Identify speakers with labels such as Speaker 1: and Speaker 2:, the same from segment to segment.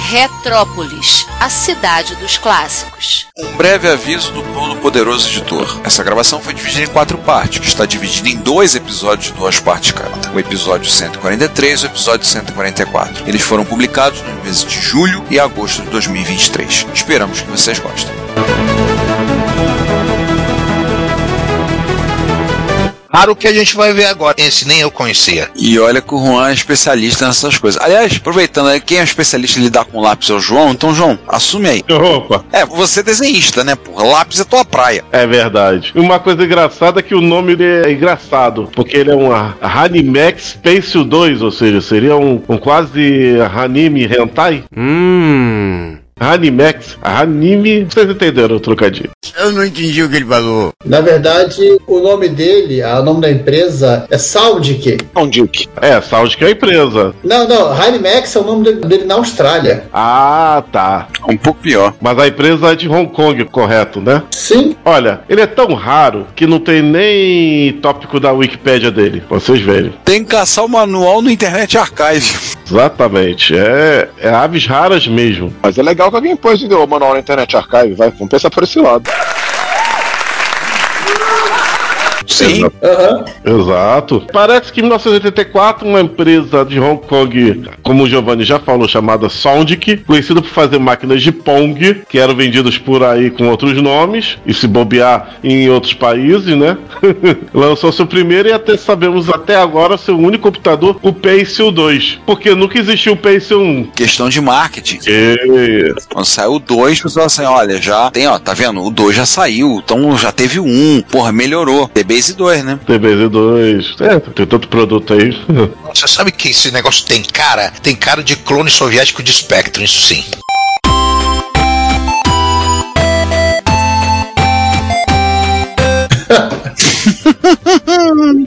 Speaker 1: Retrópolis, a cidade dos clássicos.
Speaker 2: Um breve aviso do Paulo Poderoso Editor. Essa gravação foi dividida em quatro partes, que está dividida em dois episódios de duas partes cada. O episódio 143 e o episódio 144. Eles foram publicados nos meses de julho e agosto de 2023. Esperamos que vocês gostem.
Speaker 3: Raro que a gente vai ver agora. Esse nem eu conhecia.
Speaker 2: E olha que o Juan é especialista nessas coisas. Aliás, aproveitando, né, quem é especialista em lidar com lápis é o João. Então, João, assume aí.
Speaker 4: Opa,
Speaker 2: É, você é desenhista, né? Porra, lápis é tua praia.
Speaker 4: é verdade. Uma coisa engraçada é que o nome ele é engraçado, porque ele é um Hanimex Space 2, ou seja, seria um, um quase anime hentai.
Speaker 5: Hum.
Speaker 4: Hanimex, anime, vocês entenderam o trocadilho.
Speaker 6: Eu não entendi o que ele falou.
Speaker 7: Na verdade, o nome dele, a- o nome da empresa é Saudic.
Speaker 3: Ondic.
Speaker 4: É, Sound que é a empresa.
Speaker 7: Não, não, Heinemax é o nome dele, dele na Austrália.
Speaker 4: Ah, tá.
Speaker 2: Um pouco pior.
Speaker 4: Mas a empresa é de Hong Kong, correto, né?
Speaker 7: Sim,
Speaker 4: Olha, ele é tão raro que não tem nem tópico da Wikipédia dele. pra Vocês verem.
Speaker 2: Tem que caçar o manual no Internet Archive.
Speaker 4: Exatamente. É, é aves raras mesmo.
Speaker 3: Mas é legal que alguém pôs o manual na Internet Archive, vai compensar por esse lado.
Speaker 2: Sim.
Speaker 7: aham.
Speaker 4: Exato. Parece que em 1984, uma empresa de Hong Kong, como o Giovanni já falou, chamada Soundic, conhecida por fazer máquinas de Pong, que eram vendidas por aí com outros nomes, e se bobear em outros países, né? Lançou seu primeiro e até sabemos até agora seu único computador, o Pencil 2. Porque nunca existiu o Pencil 1.
Speaker 2: Questão de marketing.
Speaker 4: E...
Speaker 2: Quando saiu o 2, o pessoal assim, olha, já tem, ó, tá vendo? O 2 já saiu, então já teve o 1, um, porra, melhorou. The Base 2, né?
Speaker 4: TBZ 2. É, tem tanto produto aí.
Speaker 3: Você sabe que esse negócio tem cara? Tem cara de clone soviético de Spectrum, isso sim.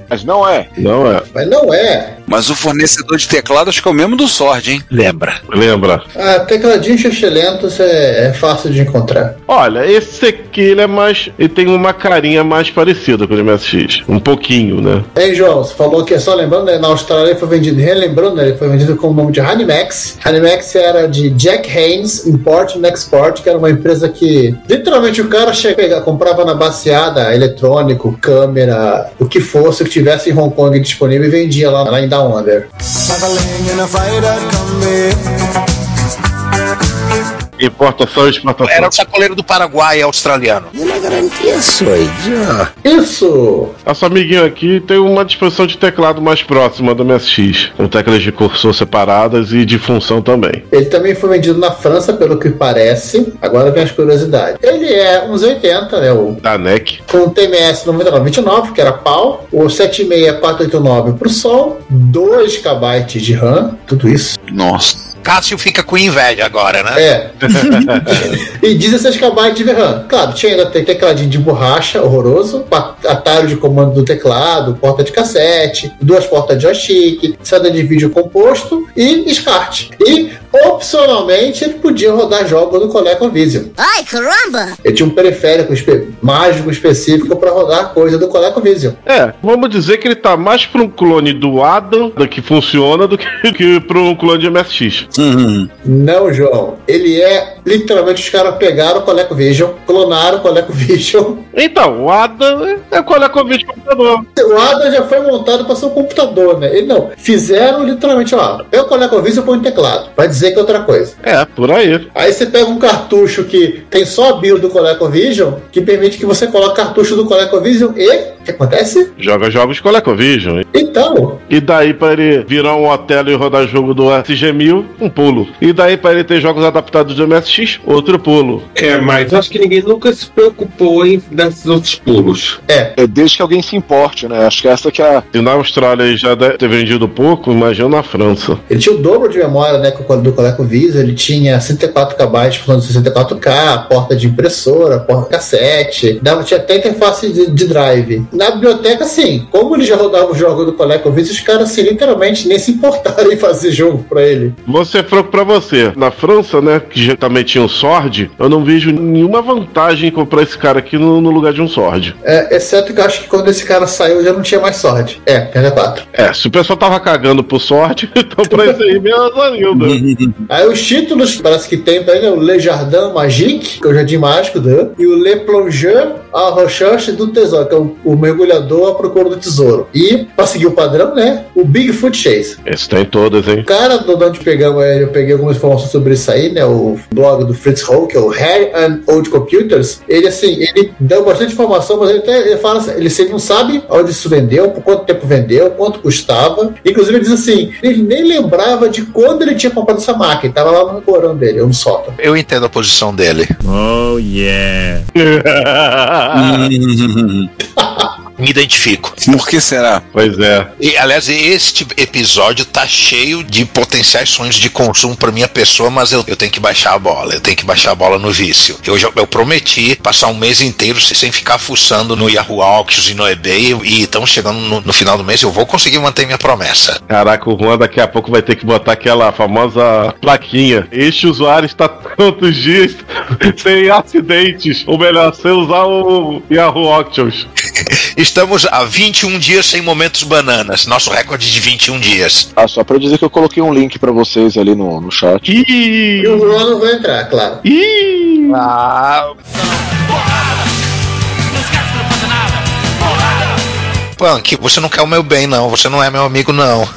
Speaker 3: Mas não é.
Speaker 4: Não é.
Speaker 7: Mas não é.
Speaker 2: Mas o fornecedor de teclado acho que é o mesmo do Sword, hein?
Speaker 3: Lembra.
Speaker 4: Lembra?
Speaker 7: Ah, tecladinho xixelentos é, é fácil de encontrar.
Speaker 4: Olha, esse aqui ele é mais. Ele tem uma carinha mais parecida com o MSX. Um pouquinho, né?
Speaker 7: Hein, João, você falou que, só lembrando, né, na Austrália ele foi vendido, relembrando, né, ele foi vendido com o nome de Hanimex. Hanimex era de Jack Haynes Import and Export, que era uma empresa que, literalmente, o cara chegava, comprava na baseada eletrônico, câmera, o que fosse, o que tivesse em Hong Kong disponível e vendia lá, lá em Down Under.
Speaker 4: Importação e exportação.
Speaker 3: Era o sacoleiro do Paraguai australiano.
Speaker 7: Isso!
Speaker 4: Nosso amiguinho aqui tem uma disposição de teclado mais próxima do MSX. Com teclas de cursor separadas e de função também.
Speaker 7: Ele também foi vendido na França, pelo que parece. Agora vem as curiosidades. Ele é uns 80, né? O
Speaker 4: Da NEC.
Speaker 7: com o TMS 9929, que era pau, o 76489 pro Sol, 2 KB de RAM, tudo isso.
Speaker 2: Nossa.
Speaker 3: Cássio fica com inveja agora, né?
Speaker 7: É. e 16 KB de VRAM. Claro, tinha ainda te- tecladinho de borracha, horroroso, pa- atalho de comando do teclado, porta de cassete, duas portas de joystick, saída de vídeo composto e descarte. E, opcionalmente, ele podia rodar jogos no ColecoVision.
Speaker 1: Ai, caramba!
Speaker 7: Ele tinha um periférico espe- mágico específico para rodar coisa do ColecoVision.
Speaker 4: É, vamos dizer que ele tá mais pra um clone do Adam, do que funciona, do que, que pra um clone de MSX.
Speaker 2: Uhum.
Speaker 7: Não, João. Ele é literalmente os caras pegaram o ColecoVision, clonaram o ColecoVision.
Speaker 4: Então, o Adam é qual é a convite do computador.
Speaker 7: O Adam já foi montado para ser um computador, né? Ele não. Fizeram literalmente, ó. Eu ColecoVision põe um teclado. Vai dizer que é outra coisa.
Speaker 4: É, por aí.
Speaker 7: Aí você pega um cartucho que tem só a build do ColecoVision, que permite que você coloque cartucho do ColecoVision e que acontece?
Speaker 4: Joga jogos ColecoVision.
Speaker 7: Então,
Speaker 4: E daí pra ele virar um Otelo e rodar jogo do SG-1000, um pulo. E daí pra ele ter jogos adaptados do MSX, outro pulo.
Speaker 8: É, mas acho que ninguém nunca se preocupou em dar esses outros pulos.
Speaker 7: é.
Speaker 9: É desde que alguém se importe, né? Acho que essa que é a.
Speaker 4: Se na Austrália ele já deve ter vendido pouco, imagina na França.
Speaker 7: Ele tinha o dobro de memória né, com- do ColecoVision, ele tinha 64KB explorando 64K, porta de impressora, porta cassete, dava, tinha até interface de, de drive. Na biblioteca, assim, como ele já rodava o jogo do ColecoVision, os caras assim, literalmente nem se importaram em fazer jogo pra ele.
Speaker 4: Você franco pra você. Na França, né, que já também tinha um Sword, eu não vejo nenhuma vantagem em comprar esse cara aqui no, no lugar de um Sword.
Speaker 7: É, exceto que eu acho que quando esse cara saiu já não tinha mais sorte. É, 64.
Speaker 4: É, se o pessoal tava cagando por sorte, então pra isso aí menos ainda.
Speaker 7: Aí os títulos que parece que tem também né? o Le Jardin Magique, que é o Jardim Mágico, né? e o Le Plongeur à Recherche do Tesouro, que é o, o mergulhador à procura do tesouro. E, pra seguir o padrão, né? O Bigfoot Chase.
Speaker 4: Esse tem todas, hein?
Speaker 7: O cara do de onde pegamos ele, eu peguei algumas informações sobre isso aí, né? O blog do Fritz Hall, que é o Harry and Old Computers. Ele, assim, ele deu bastante informação, mas ele até ele fala assim, ele, assim, ele não sabe onde isso vendeu, por quanto tempo vendeu, quanto custava. Inclusive, ele diz assim, ele nem lembrava de quando ele tinha comprado essa máquina. Tava lá no porão dele, ou no sótão.
Speaker 3: Eu entendo a posição dele.
Speaker 10: Oh, yeah.
Speaker 4: Ah.
Speaker 3: Me identifico.
Speaker 11: Por que será?
Speaker 4: pois é.
Speaker 3: E, aliás, este episódio tá cheio de potenciais sonhos de consumo pra minha pessoa, mas eu, eu tenho que baixar a bola, eu tenho que baixar a bola no vício. Eu, já- eu prometi passar um mês inteiro se- sem ficar fuçando no Yahoo Auctions e no eBay, e estamos chegando no, no final do mês, eu vou conseguir manter minha promessa.
Speaker 4: Caraca, o Juan daqui a pouco vai ter que botar aquela famosa plaquinha. Este usuário está tantos dias sem acidentes. Ou melhor, sem usar o Yahoo Auctions.
Speaker 3: Estamos há 21 dias sem momentos bananas, nosso recorde de 21 dias.
Speaker 9: Ah, só pra dizer que eu coloquei um link pra vocês ali no, no chat.
Speaker 4: Ih!
Speaker 7: E o Juan não vai entrar, claro.
Speaker 4: Ih!
Speaker 9: Ah,
Speaker 3: Punk, você não quer o meu bem, não, você não é meu amigo, não.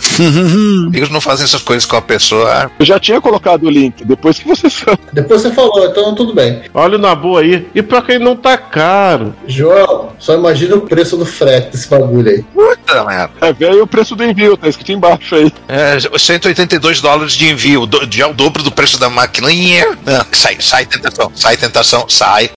Speaker 3: Amigos não fazem essas coisas com a pessoa. Ah,
Speaker 9: eu já tinha colocado o link, depois que você sabe.
Speaker 7: Depois você falou, então tudo bem.
Speaker 4: Olha o Nabu aí. E pior que ele não tá caro.
Speaker 7: João, só imagina o preço do frete desse bagulho aí.
Speaker 3: Puta merda.
Speaker 9: É, veio o preço do envio, tá escrito embaixo aí.
Speaker 3: É, 182 dólares de envio, do, já o dobro do preço da maquininha. Ah, sai, sai tentação, sai tentação, sai.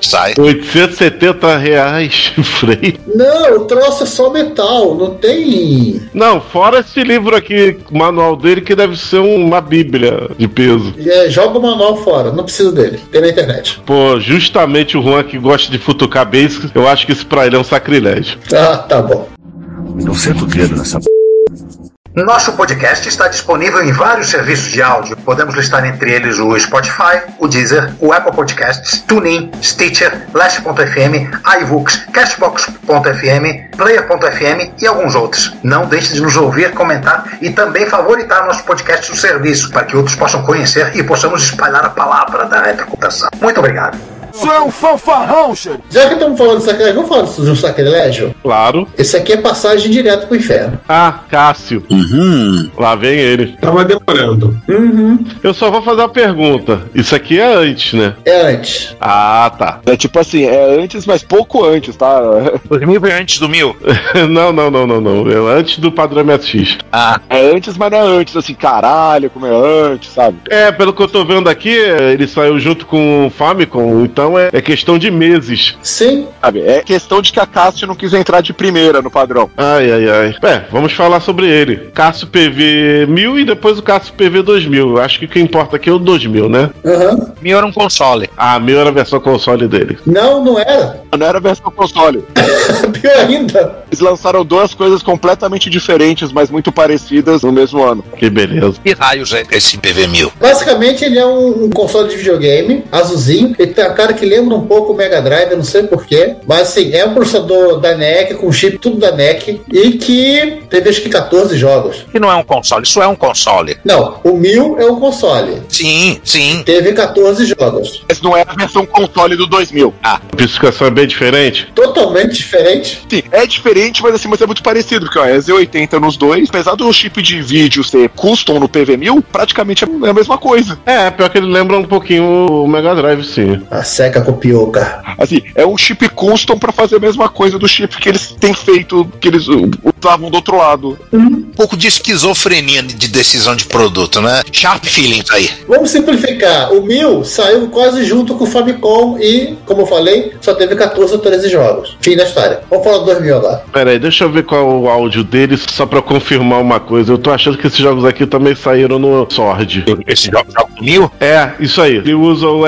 Speaker 3: Sai.
Speaker 4: 870 reais de freio.
Speaker 7: Não, o troço é só metal, não tem
Speaker 4: Não, fora esse livro aqui, o manual dele, que deve ser um, uma bíblia de peso.
Speaker 7: É, joga o manual fora, não preciso dele, tem na internet.
Speaker 4: Pô, justamente o Juan que gosta de futucar basics, eu acho que isso pra ele é um sacrilégio.
Speaker 7: Ah, tá bom.
Speaker 10: Não senta o dedo nessa
Speaker 12: Nosso podcast está disponível em vários serviços de áudio. Podemos listar entre eles o Spotify, o Deezer, o Apple Podcasts, TuneIn, Stitcher, Last.fm, iVoox, Cashbox.fm, Player.fm e alguns outros. Não deixe de nos ouvir, comentar e também favoritar nosso podcast no serviço para que outros possam conhecer e possamos espalhar a palavra da retrocutação. Muito obrigado.
Speaker 7: Já que estamos falando de sacrilégio, vamos falar de um sacrilégio?
Speaker 4: Claro.
Speaker 7: Esse aqui é passagem direto pro inferno.
Speaker 4: Ah, Cássio. Lá vem ele.
Speaker 8: Tava demorando.
Speaker 4: Eu só vou fazer uma pergunta. Isso aqui é antes, né?
Speaker 7: É antes.
Speaker 4: Ah, tá.
Speaker 9: É tipo assim, é antes, mas pouco antes, tá?
Speaker 3: 2000 veio antes do mil.
Speaker 4: não, não, não, não, não. É antes do padrão MSX.
Speaker 9: É antes, mas não é antes, assim, caralho, como é antes, sabe?
Speaker 4: É, pelo que eu tô vendo aqui, é, ele saiu junto com o Famicom, então é, é questão de meses.
Speaker 7: Sim,
Speaker 9: Sabe, É questão de que a Cássio não quis entrar de primeira no padrão.
Speaker 4: Ai, ai, ai. É, vamos falar sobre ele. Cássio PV 1000 e depois o Cássio PV 2000. Eu Acho que o que importa aqui é o 2000, né?
Speaker 7: aham.
Speaker 3: Mil era um console.
Speaker 4: Ah, 1000 era a versão console dele.
Speaker 7: Não, não era.
Speaker 9: Não era a versão console.
Speaker 7: Pior ainda.
Speaker 9: Eles lançaram duas coisas completamente diferentes, mas muito parecidas no mesmo ano.
Speaker 4: Que beleza.
Speaker 3: Que raios é esse PV1000?
Speaker 7: Basicamente, ele é um, um console de videogame, azulzinho. Ele tem a cara que lembra um pouco o Mega Drive, eu não sei porquê. Mas assim, é um processador da NEC, com chip tudo da NEC. E que teve acho que 14 jogos.
Speaker 3: Que não é um console, isso é um console.
Speaker 7: Não, o 1000 é um console.
Speaker 3: Sim, sim.
Speaker 7: Teve 14 jogos.
Speaker 9: Mas não era a versão console do 2000.
Speaker 4: A classificação é bem diferente.
Speaker 7: Totalmente diferente.
Speaker 9: Sim, é diferente, mas assim, mas é muito parecido, porque ó, é Z80 nos dois, apesar do chip de vídeo ser custom no PV1000, praticamente é a mesma coisa.
Speaker 4: É, pior que ele lembra um pouquinho o Mega Drive, sim.
Speaker 7: Ah, Seca copiou, cara.
Speaker 9: Assim, é um chip custom pra fazer a mesma coisa do chip que eles têm feito, que eles uh, usavam do outro lado.
Speaker 3: Um pouco de esquizofrenia de decisão de produto, né? Sharp feelings aí.
Speaker 7: Vamos simplificar. O Mil saiu quase junto com o Famicom e, como eu falei, só teve 14 ou 13 jogos. Fim da história. Vamos falar do 2000 agora.
Speaker 4: Pera aí, deixa eu ver qual é o áudio dele, só pra confirmar uma coisa. Eu tô achando que esses jogos aqui também saíram no Sword.
Speaker 3: Esse jogo tá mil?
Speaker 4: É, isso aí. Ele usa o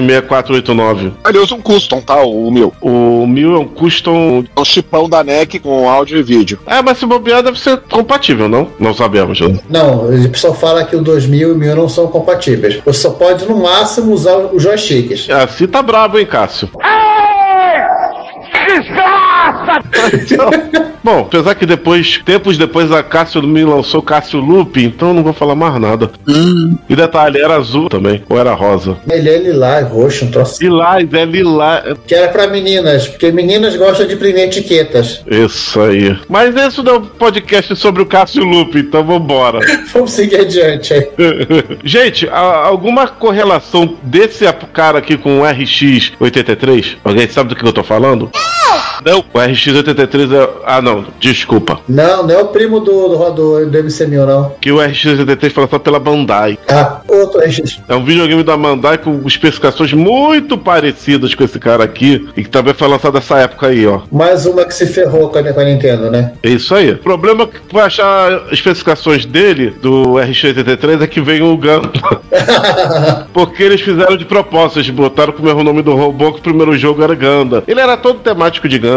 Speaker 4: SN76489.
Speaker 9: Ele usa um custom, tá? O meu.
Speaker 4: O mil é um custom.
Speaker 9: É um chipão da NEC com áudio e vídeo.
Speaker 4: É, mas se bobear deve ser compatível, não? Não sabemos.
Speaker 7: Não, o pessoal fala que o 2000 e o 1000 não são compatíveis. Você só pode, no máximo, usar os joysticks.
Speaker 4: Assim tá brabo, hein, Cássio? Bom, apesar que depois, tempos depois, a Cássio me lançou Cássio Loop, então não vou falar mais nada.
Speaker 3: Hum.
Speaker 4: E detalhe, era azul também, ou era rosa.
Speaker 7: Ele é lilás, roxo, um troço.
Speaker 4: Lilás, é lilás.
Speaker 7: Que era pra meninas, porque meninas gostam de imprimir etiquetas.
Speaker 4: Isso aí. Mas esse não é um podcast sobre o Cássio Loop, então vambora.
Speaker 7: Vamos seguir adiante aí.
Speaker 4: Gente, a- alguma correlação desse ap- cara aqui com o RX83? Alguém sabe do que eu tô falando? Não! O RX83 é. Ah, não, desculpa.
Speaker 7: Não, não é o primo do, do, do, do MC1000, não.
Speaker 4: Que o RX83 foi lançado pela Bandai.
Speaker 7: Ah, outro RX.
Speaker 4: É um videogame da Bandai com especificações muito parecidas com esse cara aqui. E que também foi lançado nessa época aí, ó.
Speaker 7: Mais uma que se ferrou com a, com a Nintendo, né?
Speaker 4: É isso aí. O problema que tu vai achar especificações dele, do RX83, é que vem o Gamba. Porque eles fizeram de propósito, eles botaram como era o nome do robô que o primeiro jogo era Ganda. Ele era todo temático de Ganda.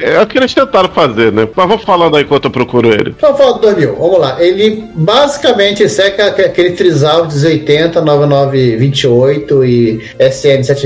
Speaker 4: É o que eles tentaram fazer, né? Mas vou falando aí enquanto eu procuro ele.
Speaker 7: Então, fala do 2000, vamos lá. Ele basicamente seca aqu- aquele trisal 1080, 9928 e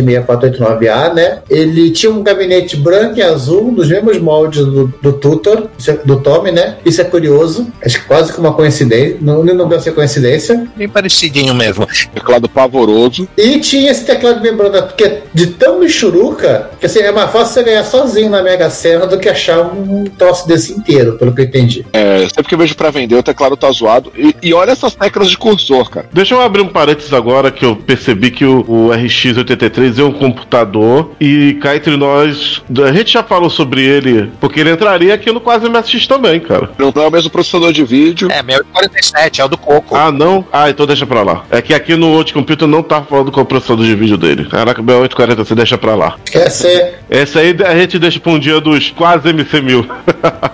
Speaker 7: SN76489A, né? Ele tinha um gabinete branco e azul, um dos mesmos moldes do, do Tutor, isso é- do Tommy, né? Isso é curioso, acho que quase que uma coincidência, não, não deve ser coincidência.
Speaker 3: Bem parecidinho mesmo.
Speaker 9: Teclado pavoroso.
Speaker 7: E tinha esse teclado de membrana, porque de tão michuruca, que assim, é mais fácil você ganhar sozinho na Mega Sena do que achar um troço desse inteiro, pelo que eu entendi.
Speaker 9: É, sempre que eu vejo pra vender, o teclado tá zoado. E, e olha essas teclas de cursor, cara.
Speaker 4: Deixa eu abrir um parênteses agora que eu percebi que o, o RX83 é um computador e cá entre nós, a gente já falou sobre ele, porque ele entraria aqui no Quase MSX também, cara.
Speaker 9: Não é o mesmo processador de vídeo.
Speaker 3: É, 1047, é o do Coco.
Speaker 4: Ah, não? Ah, então deixa pra lá. É que aqui no outro computer não tá falando com o processador de vídeo dele. Caraca, o B840 você deixa pra lá.
Speaker 7: Essa é
Speaker 4: Esse aí a gente deixa pra um dia dos quase MC1000.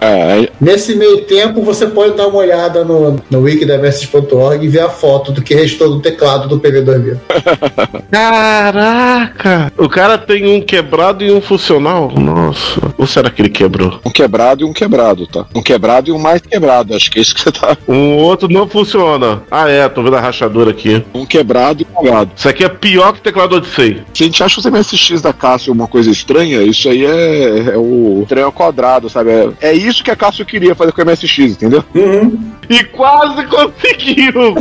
Speaker 9: É,
Speaker 7: Nesse meio tempo, você pode dar uma olhada no, no wiki da Versus.org e ver a foto do que restou do teclado do PV2000.
Speaker 4: Caraca! O cara tem um quebrado e um funcional. Nossa. Ou será que ele quebrou?
Speaker 9: um quebrado e um quebrado, tá? Um quebrado e um mais quebrado. Acho que é isso que você tá.
Speaker 4: Um outro não funciona. Ah, é, tô vendo a rachadura aqui.
Speaker 9: Um quebrado e um quebrado.
Speaker 4: Isso aqui é pior que teclado Odyssey.
Speaker 9: Se a gente acha os MSX da Cássio uma coisa estranha, isso aí é, é o trem ao quadrado, sabe? É, é isso que a Cássio queria fazer com o MSX, entendeu?
Speaker 4: E quase conseguiu!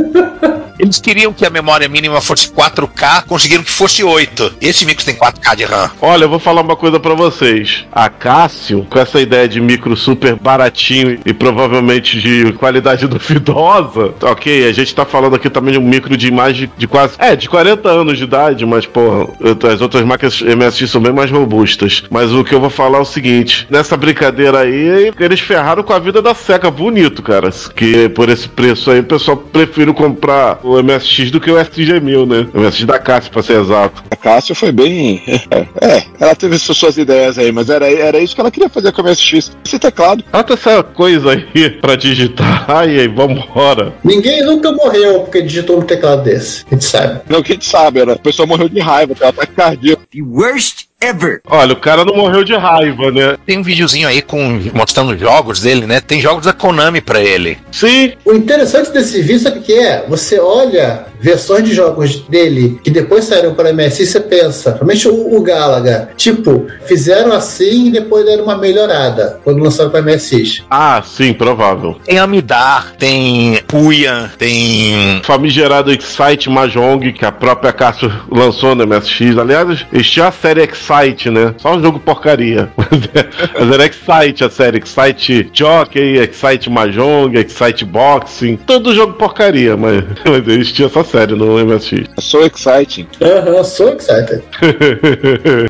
Speaker 3: Eles queriam que a memória mínima fosse 4K, conseguiram que fosse 8. Esse micro tem 4K de RAM.
Speaker 4: Olha, eu vou falar uma coisa pra vocês. A Cássio, com essa ideia de micro super baratinho e provavelmente de qualidade duvidosa, ok, a gente tá falando aqui também de um micro de mais de, de quase. É, de 40 anos de idade, mas, porra, eu- as outras marcas MSX são bem mais robustas. Mas o que eu vou falar é o seguinte: nessa brincadeira aí, eles ferraram com a vida da seca, bonito, cara. Que por esse preço aí, o pessoal prefiro comprar o MSX do que o SG1000, né? O MSX da Cássio, pra ser exato.
Speaker 9: A Cássio foi bem. É, é, ela teve suas- suas ideias aí, mas era, era isso que ela queria fazer com o MSX. Esse teclado.
Speaker 4: Bota essa coisa aí pra digitar e aí vambora.
Speaker 7: Ninguém nunca morreu porque digitou um teclado desse, a gente sabe.
Speaker 9: Não, quem sabe, era. A pessoa morreu de raiva, teve um ataque cardíaco.
Speaker 2: The worst ever.
Speaker 4: Olha, o cara não morreu de raiva, né?
Speaker 3: Tem um videozinho aí com, mostrando jogos dele, né? Tem jogos da Konami pra ele.
Speaker 4: Sim,
Speaker 7: O interessante desse vídeo, sabe o que é? Você olha versões de jogos dele que depois saíram para MSI e você pensa, principalmente o, o Galaga, tipo, fizeram assim e depois deram uma melhorada quando lançaram para MSI.
Speaker 4: ah, sim, provável.
Speaker 3: Tem Amidar, tem Puyan, tem.
Speaker 4: Famigerado Excite Mahjong, que a própria Cássio lançou no MSX. Aliás, existia a série Excite, né? Só um jogo é, porcaria. Mas era Excite a série. Excite Jockey, Excite Mahjong, Excite Excite Boxing, todo jogo porcaria, mas, mas existia essa série no MSX.
Speaker 9: É So exciting.
Speaker 7: Aham, sou excited.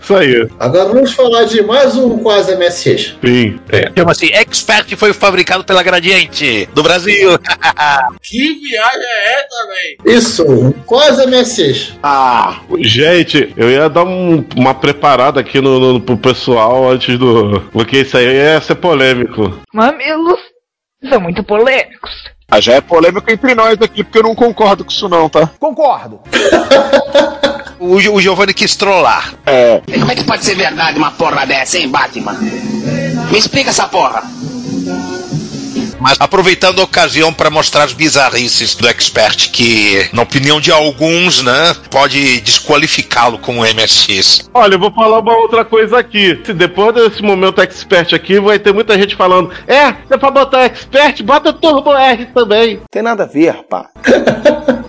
Speaker 4: Isso aí.
Speaker 7: Agora vamos falar de mais um quase MSX.
Speaker 4: Sim. É,
Speaker 3: Chama-se Expert foi fabricado pela Gradiente do Brasil.
Speaker 13: Que viagem é essa, velho?
Speaker 7: Isso, quase MSX.
Speaker 4: Ah, gente, eu ia dar um- uma preparada aqui no, no- pro pessoal antes do. Porque isso aí ia ser polêmico.
Speaker 14: Mamilos são muito polêmicos.
Speaker 9: Ah, já é polêmica entre nós aqui, porque eu não concordo com isso não, tá?
Speaker 3: Concordo. O, Gio- o Giovanni quis trollar.
Speaker 9: É.
Speaker 13: Como é que pode ser verdade uma porra dessa, hein, Batman? Me explica essa porra.
Speaker 3: Mas aproveitando a ocasião para mostrar as bizarrices do expert que, na opinião de alguns, né, pode desqualificá-lo como MSX.
Speaker 4: Olha, eu vou falar uma outra coisa aqui. Se depois desse momento expert aqui, vai ter muita gente falando: É, se é pra botar expert, bota Turbo R também.
Speaker 13: Tem nada a ver, pá.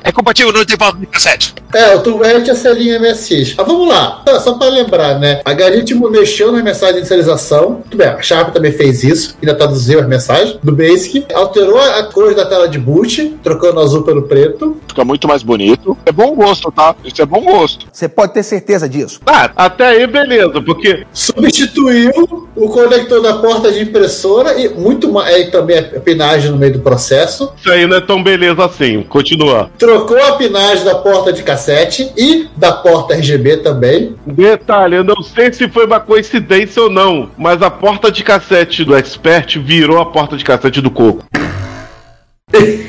Speaker 3: É compatível no tempo de cassete.
Speaker 7: É, o Turbo tinha selinho MSX. Mas vamos lá, Tá, só pra lembrar, né? A Garitmo mexeu nas mensagens de inicialização. Tudo bem, a Sharp também fez isso, ainda traduziu as mensagens do Basic. Alterou a cor da tela de boot, trocando o azul pelo preto.
Speaker 9: Fica muito mais bonito. É bom gosto, tá? Isso é bom gosto.
Speaker 4: Você pode ter certeza disso. Ah, até aí beleza, porque.
Speaker 7: Substituiu o conector da porta de impressora e muito mais. E também a pinagem no meio do processo.
Speaker 4: Isso aí não é tão beleza assim. Continua.
Speaker 7: Trocou a pinagem da porta de cassete e da porta RGB também.
Speaker 4: Detalhe, eu não sei se foi uma coincidência ou não, mas a porta de cassete do Expert virou a porta de cassete do Coco.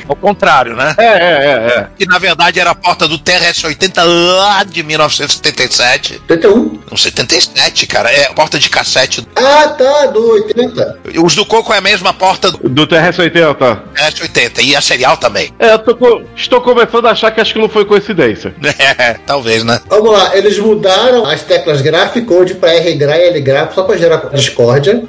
Speaker 3: Ao contrário, né?
Speaker 4: É, é, é, é.
Speaker 3: Que na verdade era a porta do TRS-80 lá de 1977.
Speaker 7: 71?
Speaker 3: Não, 77, cara. É a porta de cassete.
Speaker 7: Ah, tá, do 80.
Speaker 3: Os do Coco é a mesma porta do
Speaker 4: Do é TRS-80.
Speaker 3: TRS-80 e a serial também.
Speaker 4: É, eu tô co- estou começando a achar que acho que não foi coincidência.
Speaker 3: É, talvez, né?
Speaker 7: Vamos lá, eles mudaram as teclas Graphic para R-Gra e L-Graph só pra gerar discórdia.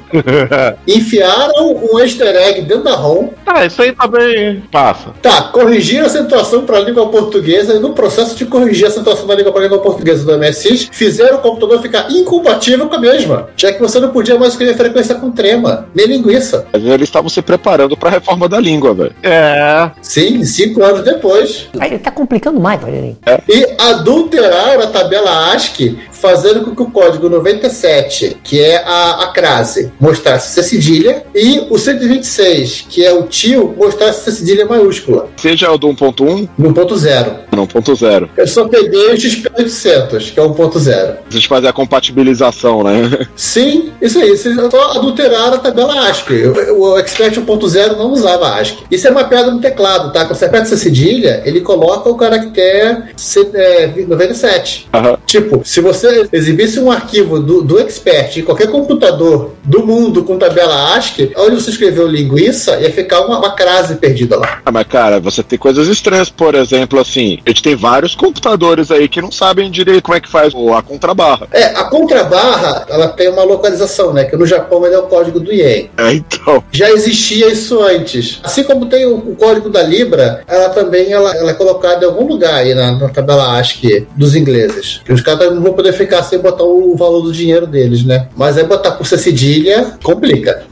Speaker 7: Enfiaram um easter egg dentro da ROM.
Speaker 4: Tá, isso aí também passa.
Speaker 7: Tá, corrigiram a acentuação para a língua portuguesa e no processo de corrigir a acentuação da língua para a língua portuguesa do MSX, fizeram o computador ficar incompatível com a mesma, já que você não podia mais escrever frequência com trema, nem linguiça.
Speaker 9: Mas Eles estavam se preparando pra reforma da língua, velho.
Speaker 4: É.
Speaker 7: Sim, cinco anos depois.
Speaker 15: Ele tá complicando mais, Rogerinho.
Speaker 7: E adulteraram a tabela ASCII, fazendo com que o código 97, que é a, a crase, mostrasse ser cedilha, e o 126, que é o tio, mostrasse ser cedilha maiúscula.
Speaker 9: Seja o do 1.1?
Speaker 7: No 1.0.
Speaker 9: Não, 1.0.
Speaker 7: Eu só peguei o XP800, que é o 1.0.
Speaker 9: A gente fazer a compatibilização, né?
Speaker 7: Sim, isso aí. Vocês só adulteraram a tabela ASCII. O, o Expert 1.0 não usava ASCII. Isso é mapeado no teclado, tá? Quando você aperta essa cedilha, ele coloca o caractere C- é, 97. Tipo, se você exibisse um arquivo do, do Expert em qualquer computador do mundo com tabela ASCII, onde você escreveu linguiça, ia ficar uma, uma crase perdida lá.
Speaker 9: Ah, mas cara, você tem coisas estranhas, por exemplo, assim, a gente tem vários computadores aí que não sabem direito como é que faz o- a contrabarra.
Speaker 7: É, a contrabarra, ela tem uma localização, né? Que no Japão ele é o código do Yen.
Speaker 9: É, então.
Speaker 7: Já existia isso antes. Assim como tem o, o código da Libra, ela também ela, ela é colocada em algum lugar aí na, na tabela ASCII dos ingleses. Que os caras não vão poder ficar sem botar o, valor do dinheiro deles, né? Mas aí botar por ser cedilha complica.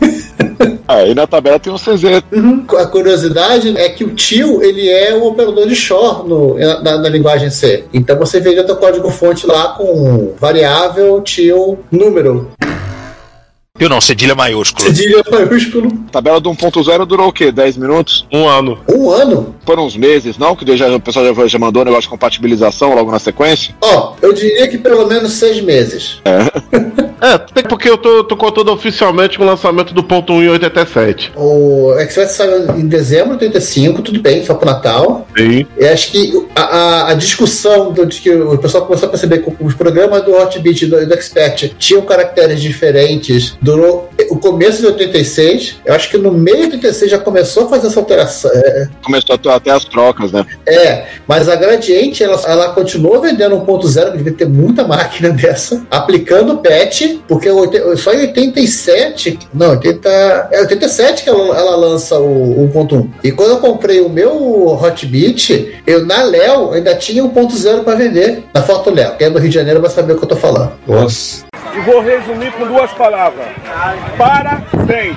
Speaker 9: Aí na tabela tem um CZ.
Speaker 7: A curiosidade é que o tio ele é um operador de short no, na, na linguagem C. Então você veria teu código fonte lá com variável, tio, número.
Speaker 3: Eu não, cedilha maiúscula.
Speaker 7: Cedilha maiúsculo.
Speaker 9: Tabela do 1.0 durou o quê? 10 minutos?
Speaker 4: Um ano.
Speaker 7: Um ano?
Speaker 9: Foram uns meses, não? Que daí já, o pessoal já, já mandou o negócio de compatibilização logo na sequência?
Speaker 7: Ó, eu diria que pelo menos seis meses.
Speaker 4: É, até porque eu tô, tô contando oficialmente com o lançamento do ponto 1 em 87.
Speaker 7: O Express saiu em dezembro de 85, tudo bem, foi pro Natal.
Speaker 4: Sim.
Speaker 7: E acho que a, a- a discussão do, de que o pessoal começou a perceber que os programas do Hotbit e do, do Expert tinham caracteres diferentes durou o começo de 86. Eu acho que no meio de 86 já começou a fazer essa alteração. É,
Speaker 9: Começou a ter até as trocas, né?
Speaker 7: é, mas a Gradiente ela, ela continuou vendendo 1.0, que devia ter muita máquina dessa, aplicando o patch, porque o oite- só em 87, não, 80, é 87 que ela, ela lança o, o 1.1. E quando eu comprei o meu Hotbit, eu na Léo ainda tinha um o 1.0 para vender, na foto Léo. Quem é do Rio de Janeiro vai saber o que eu tô falando.
Speaker 16: E vou resumir com duas palavras. Parabéns.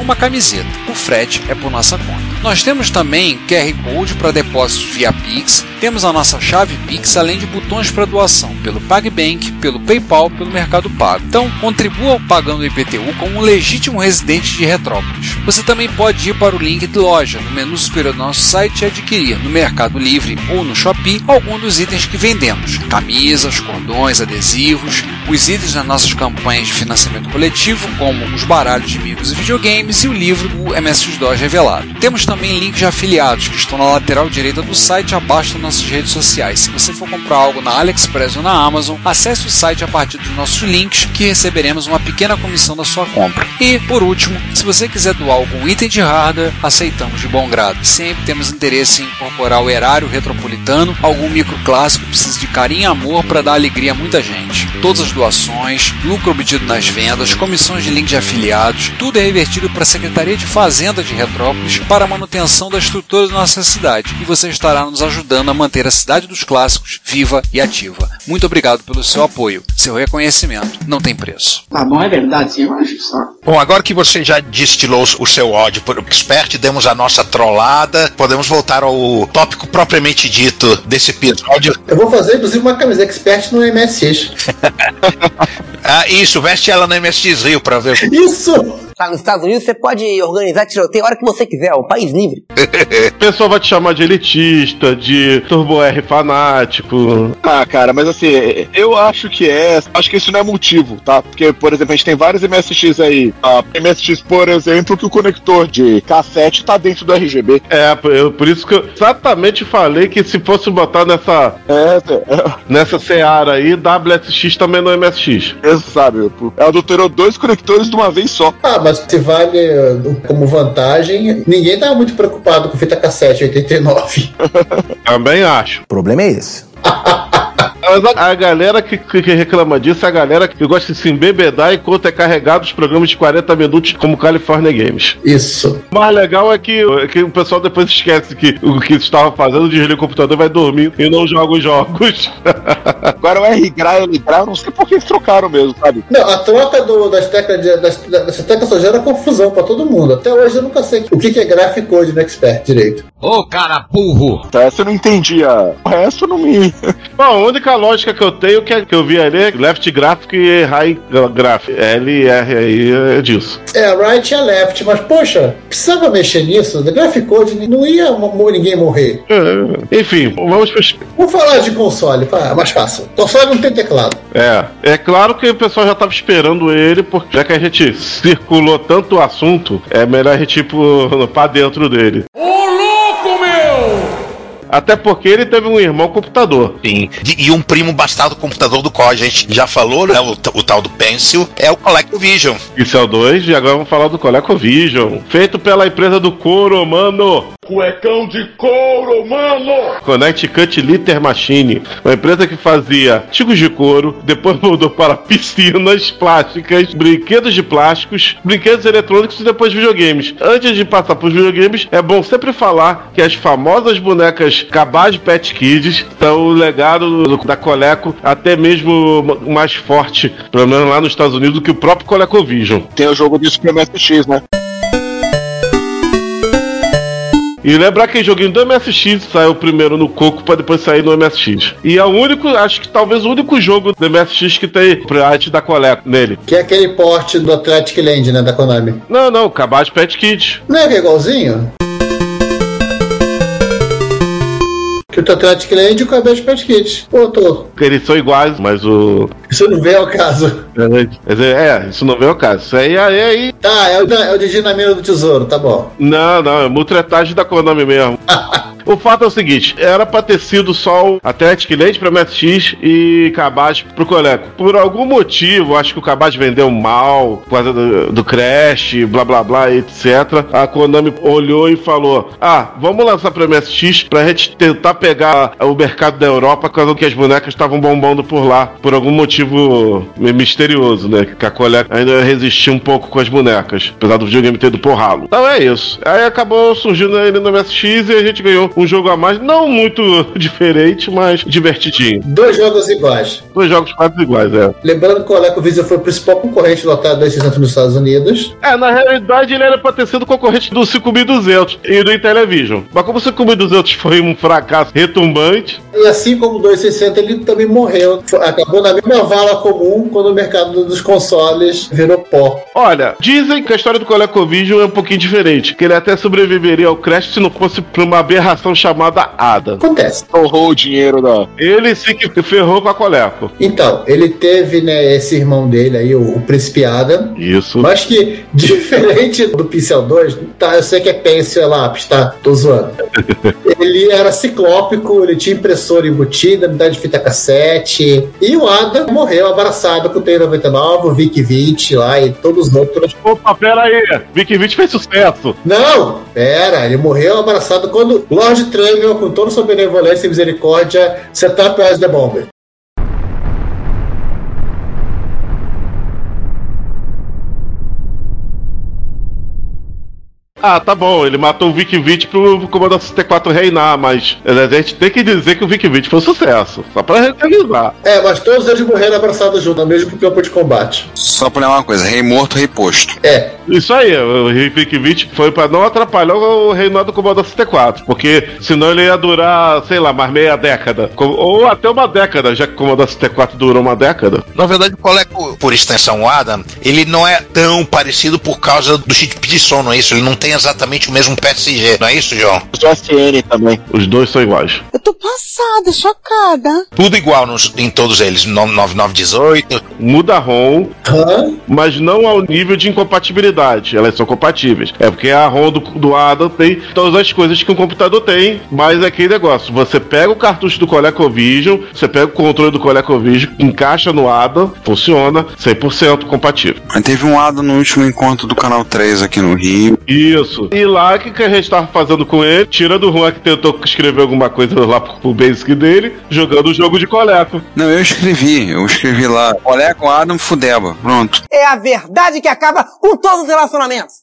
Speaker 11: uma camiseta. O frete é por nossa conta. Nós temos também QR Code para depósitos via Pix, temos a nossa chave Pix, além de botões para doação pelo PagBank, pelo PayPal, pelo Mercado Pago. Então, contribua pagando o IPTU como um legítimo residente de Retrópolis. Você também pode ir para o link de loja no menu superior do nosso site e adquirir no Mercado Livre ou no Shopee algum dos itens que vendemos: camisas, cordões, adesivos, os itens das nossas campanhas de financiamento coletivo, como os baralhos de amigos e videogames e o livro O MS-DOS Revelado. Temos também links de afiliados que estão na lateral direita do site abaixo das nossas redes sociais. Se você for comprar algo na AliExpress ou na Amazon, acesse o site a partir dos nossos links que receberemos uma pequena comissão da sua compra. E, por último, se você quiser doar algum item de hardware, aceitamos de bom grado. Sempre temos interesse em incorporar o erário retropolitano, algum microclássico que precisa de carinho e amor para dar alegria a muita gente. Todas as doações, lucro obtido nas vendas, comissões de link de afiliados, tudo é revertido para a Secretaria de Fazenda de Retrópolis para a manutenção da estrutura da nossa cidade e você estará nos ajudando a manter a cidade dos clássicos viva e ativa. Muito obrigado pelo seu apoio, seu reconhecimento não tem preço.
Speaker 13: Tá bom, é verdade, sim, eu acho só.
Speaker 3: Bom, agora que você já destilou o seu ódio por expert, demos a nossa trollada, podemos voltar ao tópico propriamente dito desse episódio.
Speaker 7: Eu vou fazer, inclusive, uma camiseta expert no MSX.
Speaker 3: ah, isso, veste ela no MSX Rio pra ver.
Speaker 7: Isso!
Speaker 15: Tá, nos Estados Unidos você pode organizar tiroteio a hora que você quiser, é um país livre.
Speaker 4: O pessoal vai te chamar de elitista, de turbo R fanático.
Speaker 9: Ah, cara, mas assim, eu acho que é. Acho que isso não é motivo, tá? Porque, por exemplo, a gente tem vários MSX aí. tá? A MSX, por exemplo, que o conector de cassete tá dentro do RGB.
Speaker 4: É, eu- por isso que eu exatamente falei que se fosse botar nessa.
Speaker 9: É,
Speaker 4: Nessa seara aí, WSX também não é MSX.
Speaker 9: Isso, sabe? Ela adulterou dois conectores de uma vez só.
Speaker 7: Ah, mas se vale eh, como vantagem, ninguém tava muito preocupado com fita cassete 89.
Speaker 4: Também acho. O
Speaker 15: problema é esse.
Speaker 4: Mas a, a galera que, que- que reclama disso é a galera que gosta de se embebedar enquanto é carregado os programas de 40 minutos como California Games.
Speaker 7: Isso.
Speaker 4: O mais legal é que, é que o pessoal depois esquece que o que estava fazendo, desliga o computador, vai dormir e não joga os jogos.
Speaker 9: Agora o R-Gra e L-Gra, eu não sei por que eles trocaram mesmo, sabe?
Speaker 7: Não, a troca do- das teclas de- das, das teclas só gera confusão pra todo mundo. Até hoje eu nunca sei o que, que é Graphic Code no Expert direito.
Speaker 9: Ô, cara burro! Tá, essa eu não entendia. O resto eu não me.
Speaker 4: Bom, a única lógica que eu tenho que, que eu vi ali é left graphic e right graphic. L R aí é disso.
Speaker 7: É, a right e a left, mas poxa, precisava mexer nisso? The Graphic Code não ia mo- ninguém morrer.
Speaker 4: É, enfim, vamos pros...
Speaker 7: Vamos falar de console, pá, é mais fácil. Console não tem teclado.
Speaker 4: É, é claro que o pessoal já tava esperando ele, porque já que a gente circulou tanto o assunto, é melhor a gente ir pro, pra dentro dele.
Speaker 10: Ô louco, meu!
Speaker 4: Até porque ele teve um irmão computador.
Speaker 3: Sim. De- E um primo bastardo computador do COD, a gente já falou, né? O, t- o tal do Pencil é o ColecoVision.
Speaker 4: Isso é o 2, e agora vamos falar do ColecoVision. Feito pela empresa do Coro, mano.
Speaker 10: Cuecão de couro, mano!
Speaker 4: Connecticut Litter Machine, uma empresa que fazia artigos de couro, depois mudou para piscinas plásticas, brinquedos de plásticos, brinquedos eletrônicos e depois videogames. Antes de passar para os videogames, é bom sempre falar que as famosas bonecas Cabaz Pet Kids são o legado do- da Coleco, até mesmo ma- mais forte, pelo menos lá nos Estados Unidos, do que o próprio ColecoVision.
Speaker 9: Tem o jogo de Super MSX, né?
Speaker 4: E lembrar que joguinho do MSX saiu primeiro no Coco pra depois sair no MSX. E é o único, acho que talvez o único jogo do MSX que tem a arte da coleta nele.
Speaker 7: Que é aquele porte do Athletic Land, né, da Konami.
Speaker 4: Não, não, o Cabaz Pet Kit.
Speaker 7: Não é que é igualzinho? Que o Tetratic Land e o Cabbage Patch Kids. Pô, tô.
Speaker 4: Eles são iguais, mas o.
Speaker 7: Isso não vem ao caso.
Speaker 4: Quer dizer, É, isso não vem ao caso. Isso aí, aí, aí.
Speaker 7: Tá, é o, não, é o Didi na mina do tesouro, tá bom.
Speaker 4: Não, não, é mutretagem da Konami mesmo. O fato é o seguinte, era pra ter sido só o Atlético Leite pra MSX e Cabaz pro Coleco. Por algum motivo, acho que o Cabaz vendeu mal, por causa do, do Crash, blá blá blá, etc. A Konami olhou e falou: Ah, vamos lançar pra MSX pra gente tentar pegar o mercado da Europa, por causa que as bonecas estavam bombando por lá, por algum motivo misterioso, né? Que a Coleco ainda resistia um pouco com as bonecas, apesar do videogame ter ido por ralo. Então é isso. Aí acabou surgindo ele no MSX e a gente ganhou um jogo a mais, não muito diferente, mas divertidinho.
Speaker 7: Dois jogos iguais.
Speaker 4: Dois jogos quase iguais, é.
Speaker 7: Lembrando que o ColecoVision foi o principal concorrente lotado desses anos nos Estados Unidos.
Speaker 4: É, na realidade ele era pra ter sido concorrente do 5200 e do Intellivision. Mas como o 5200 foi um fracasso retumbante,
Speaker 7: E assim como o 260, ele também morreu. Foi- Acabou na mesma vala comum quando o mercado dos consoles virou pó.
Speaker 4: Olha, dizem que a história do ColecoVision é um pouquinho diferente, que ele até sobreviveria ao Crash se não fosse por uma aberração chamada Ada.
Speaker 7: Acontece.
Speaker 9: Torrou o dinheiro da...
Speaker 4: Ele sim que ferrou com a Coleco.
Speaker 7: Então, ele teve, né, esse irmão dele aí, o, o Príncipe Adam.
Speaker 4: Isso.
Speaker 7: Mas que, diferente do Pincel 2, tá, eu sei que é pencil, é lápis, tá? Tô zoando. ele era ciclópico, ele tinha impressora embutida, unidade de fita cassete. E o Adam morreu abraçado com o T-99, o Vic-20 lá e todos os outros.
Speaker 4: Opa, pera aí, Vic-20 fez sucesso.
Speaker 7: Não, pera, ele morreu abraçado quando Lord Trevor, com toda sua benevolência e misericórdia, setup as the bomber.
Speaker 4: Ah, tá bom, ele matou o Vic-20 pro Comandante 64 reinar, mas a gente tem que dizer que o Vic-20 foi um sucesso, só pra realizar.
Speaker 7: É, mas todos eles morreram abraçados junto, no mesmo campo de combate.
Speaker 11: Só pra lembrar uma coisa, rei morto, rei posto.
Speaker 7: É.
Speaker 4: Isso aí, o Vic-20 foi pra não atrapalhar o reinado do Comandante 64, porque senão ele ia durar, sei lá, mais meia década, co- ou até uma década, já que o Comandante 64 durou uma década.
Speaker 3: Na verdade, o Coleco, por extensão o Adam, ele não é tão parecido por causa do chip de som, não é isso? Ele não tem exatamente o mesmo PSG, não é isso, João?
Speaker 9: O SN também.
Speaker 4: Os dois são iguais.
Speaker 16: Tô passada, chocada.
Speaker 3: Tudo igual nos- em todos eles, 9918.
Speaker 4: Muda a ROM, mas não ao nível de incompatibilidade. Elas são compatíveis. É porque a ROM do, do Adam tem todas as coisas que um computador tem, mas é aquele negócio. Você pega o cartucho do ColecoVision, você pega o controle do ColecoVision, encaixa no Adam, funciona 100% compatível.
Speaker 11: Mas teve um Ada no último encontro do Canal 3 aqui no Rio.
Speaker 4: Isso. E lá o que, que a gente tava fazendo com ele, tirando o Juan que tentou escrever alguma coisa lá pro, pro Basic dele, jogando o jogo de Coleco.
Speaker 11: Não, eu escrevi, eu escrevi lá. Coleco Adam Fudeba. Pronto.
Speaker 16: É a verdade que acaba com todos os relacionamentos.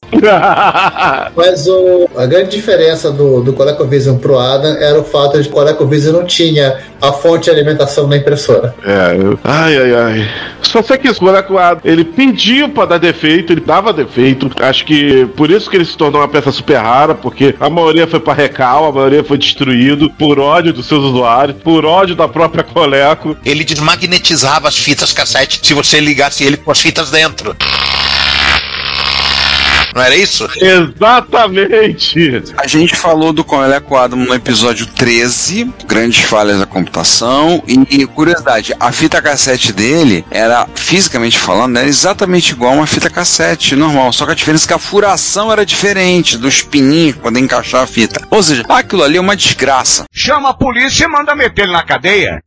Speaker 7: Mas o- a grande diferença do, do ColecoVision pro Adam era o fato de que o ColecoVision não tinha a fonte de alimentação na impressora.
Speaker 4: É, eu- ai, ai, ai. Só sei que isso, o Adam, ele pediu pra dar defeito, ele dava defeito. Acho que por isso que ele se tornou uma peça super rara, porque a maioria foi pra recal, a maioria foi destruído por ódio dos seus usuários, por ódio da própria Coleco.
Speaker 3: Ele desmagnetizava as fitas cassete se você ligasse ele com as fitas dentro. Não era isso?
Speaker 4: Exatamente!
Speaker 11: A gente falou do Coleco Adam no episódio 13, grandes falhas da computação. E, e curiosidade, a fita cassete dele era, fisicamente falando, era exatamente igual a uma fita cassete normal. Só que a diferença é que a furação era diferente dos pininhos pra poder encaixar a fita. Ou seja, aquilo ali é uma desgraça.
Speaker 17: Chama a polícia e manda meter ele na cadeia.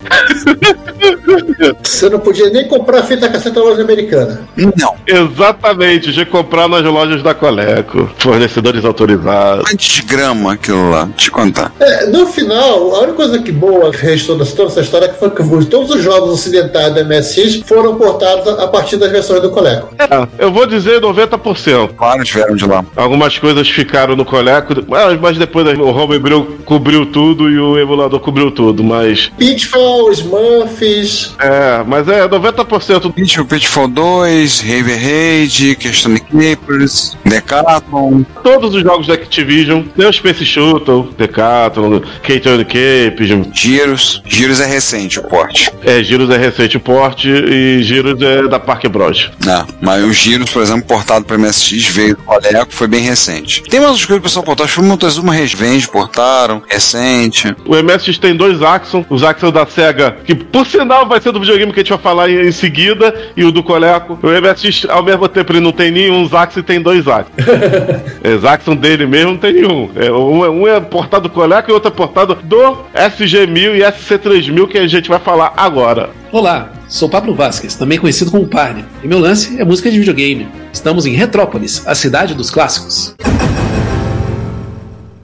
Speaker 7: Você não podia nem comprar fita cassete na loja americana.
Speaker 11: Não.
Speaker 4: Exatamente, de comprar nas lojas da Coleco, fornecedores autorizados.
Speaker 11: Uma desgrama aquilo lá, te contar.
Speaker 7: É, no final, a única coisa que boa que restou dessa, toda essa história foi que todos os jogos ocidentais da MSX foram portados a, a partir das versões do Coleco.
Speaker 4: É, eu vou dizer 90%.
Speaker 11: Claro, tiveram de lá.
Speaker 4: Algumas coisas ficaram no Coleco, mas- mas depois o Homebrew cobriu tudo e o emulador cobriu tudo, mas...
Speaker 7: Pitfall, Smurfs.
Speaker 4: É, mas é 90%.
Speaker 11: Pitfall, Pitfall 2, River Raid, Questão de Clippers, Decathlon.
Speaker 4: Todos os jogos da Activision, tem o Space Shuttle, Decathlon, K-Turn Cape,
Speaker 11: Giros. Giros é recente o porte.
Speaker 4: É, Giros é recente o porte e Giros é da Parque Bros.
Speaker 11: É, mas o Giros, por exemplo, portado para MSX, veio do Coleco, foi bem recente. Tem mais umas coisas que o pessoal portou, acho que foi Montezuma Revenge, portaram, recente.
Speaker 4: O MSX tem dois Axon, os Axon da SEGA, que por sinal vai ser do videogame que a gente vai falar em, em seguida, e o do Coleco. O MSX, ao mesmo tempo, ele não tem nenhum Axon e tem dois Axon. é, Axon dele mesmo não tem nenhum. É, um, é- um é portado do Coleco e o outro é portado do SG-1000 e SC-3000, que a gente vai falar agora.
Speaker 18: Olá, sou Pablo Vasquez, também conhecido como Parne, e meu lance é música de videogame. Estamos em Retrópolis, a cidade dos clássicos.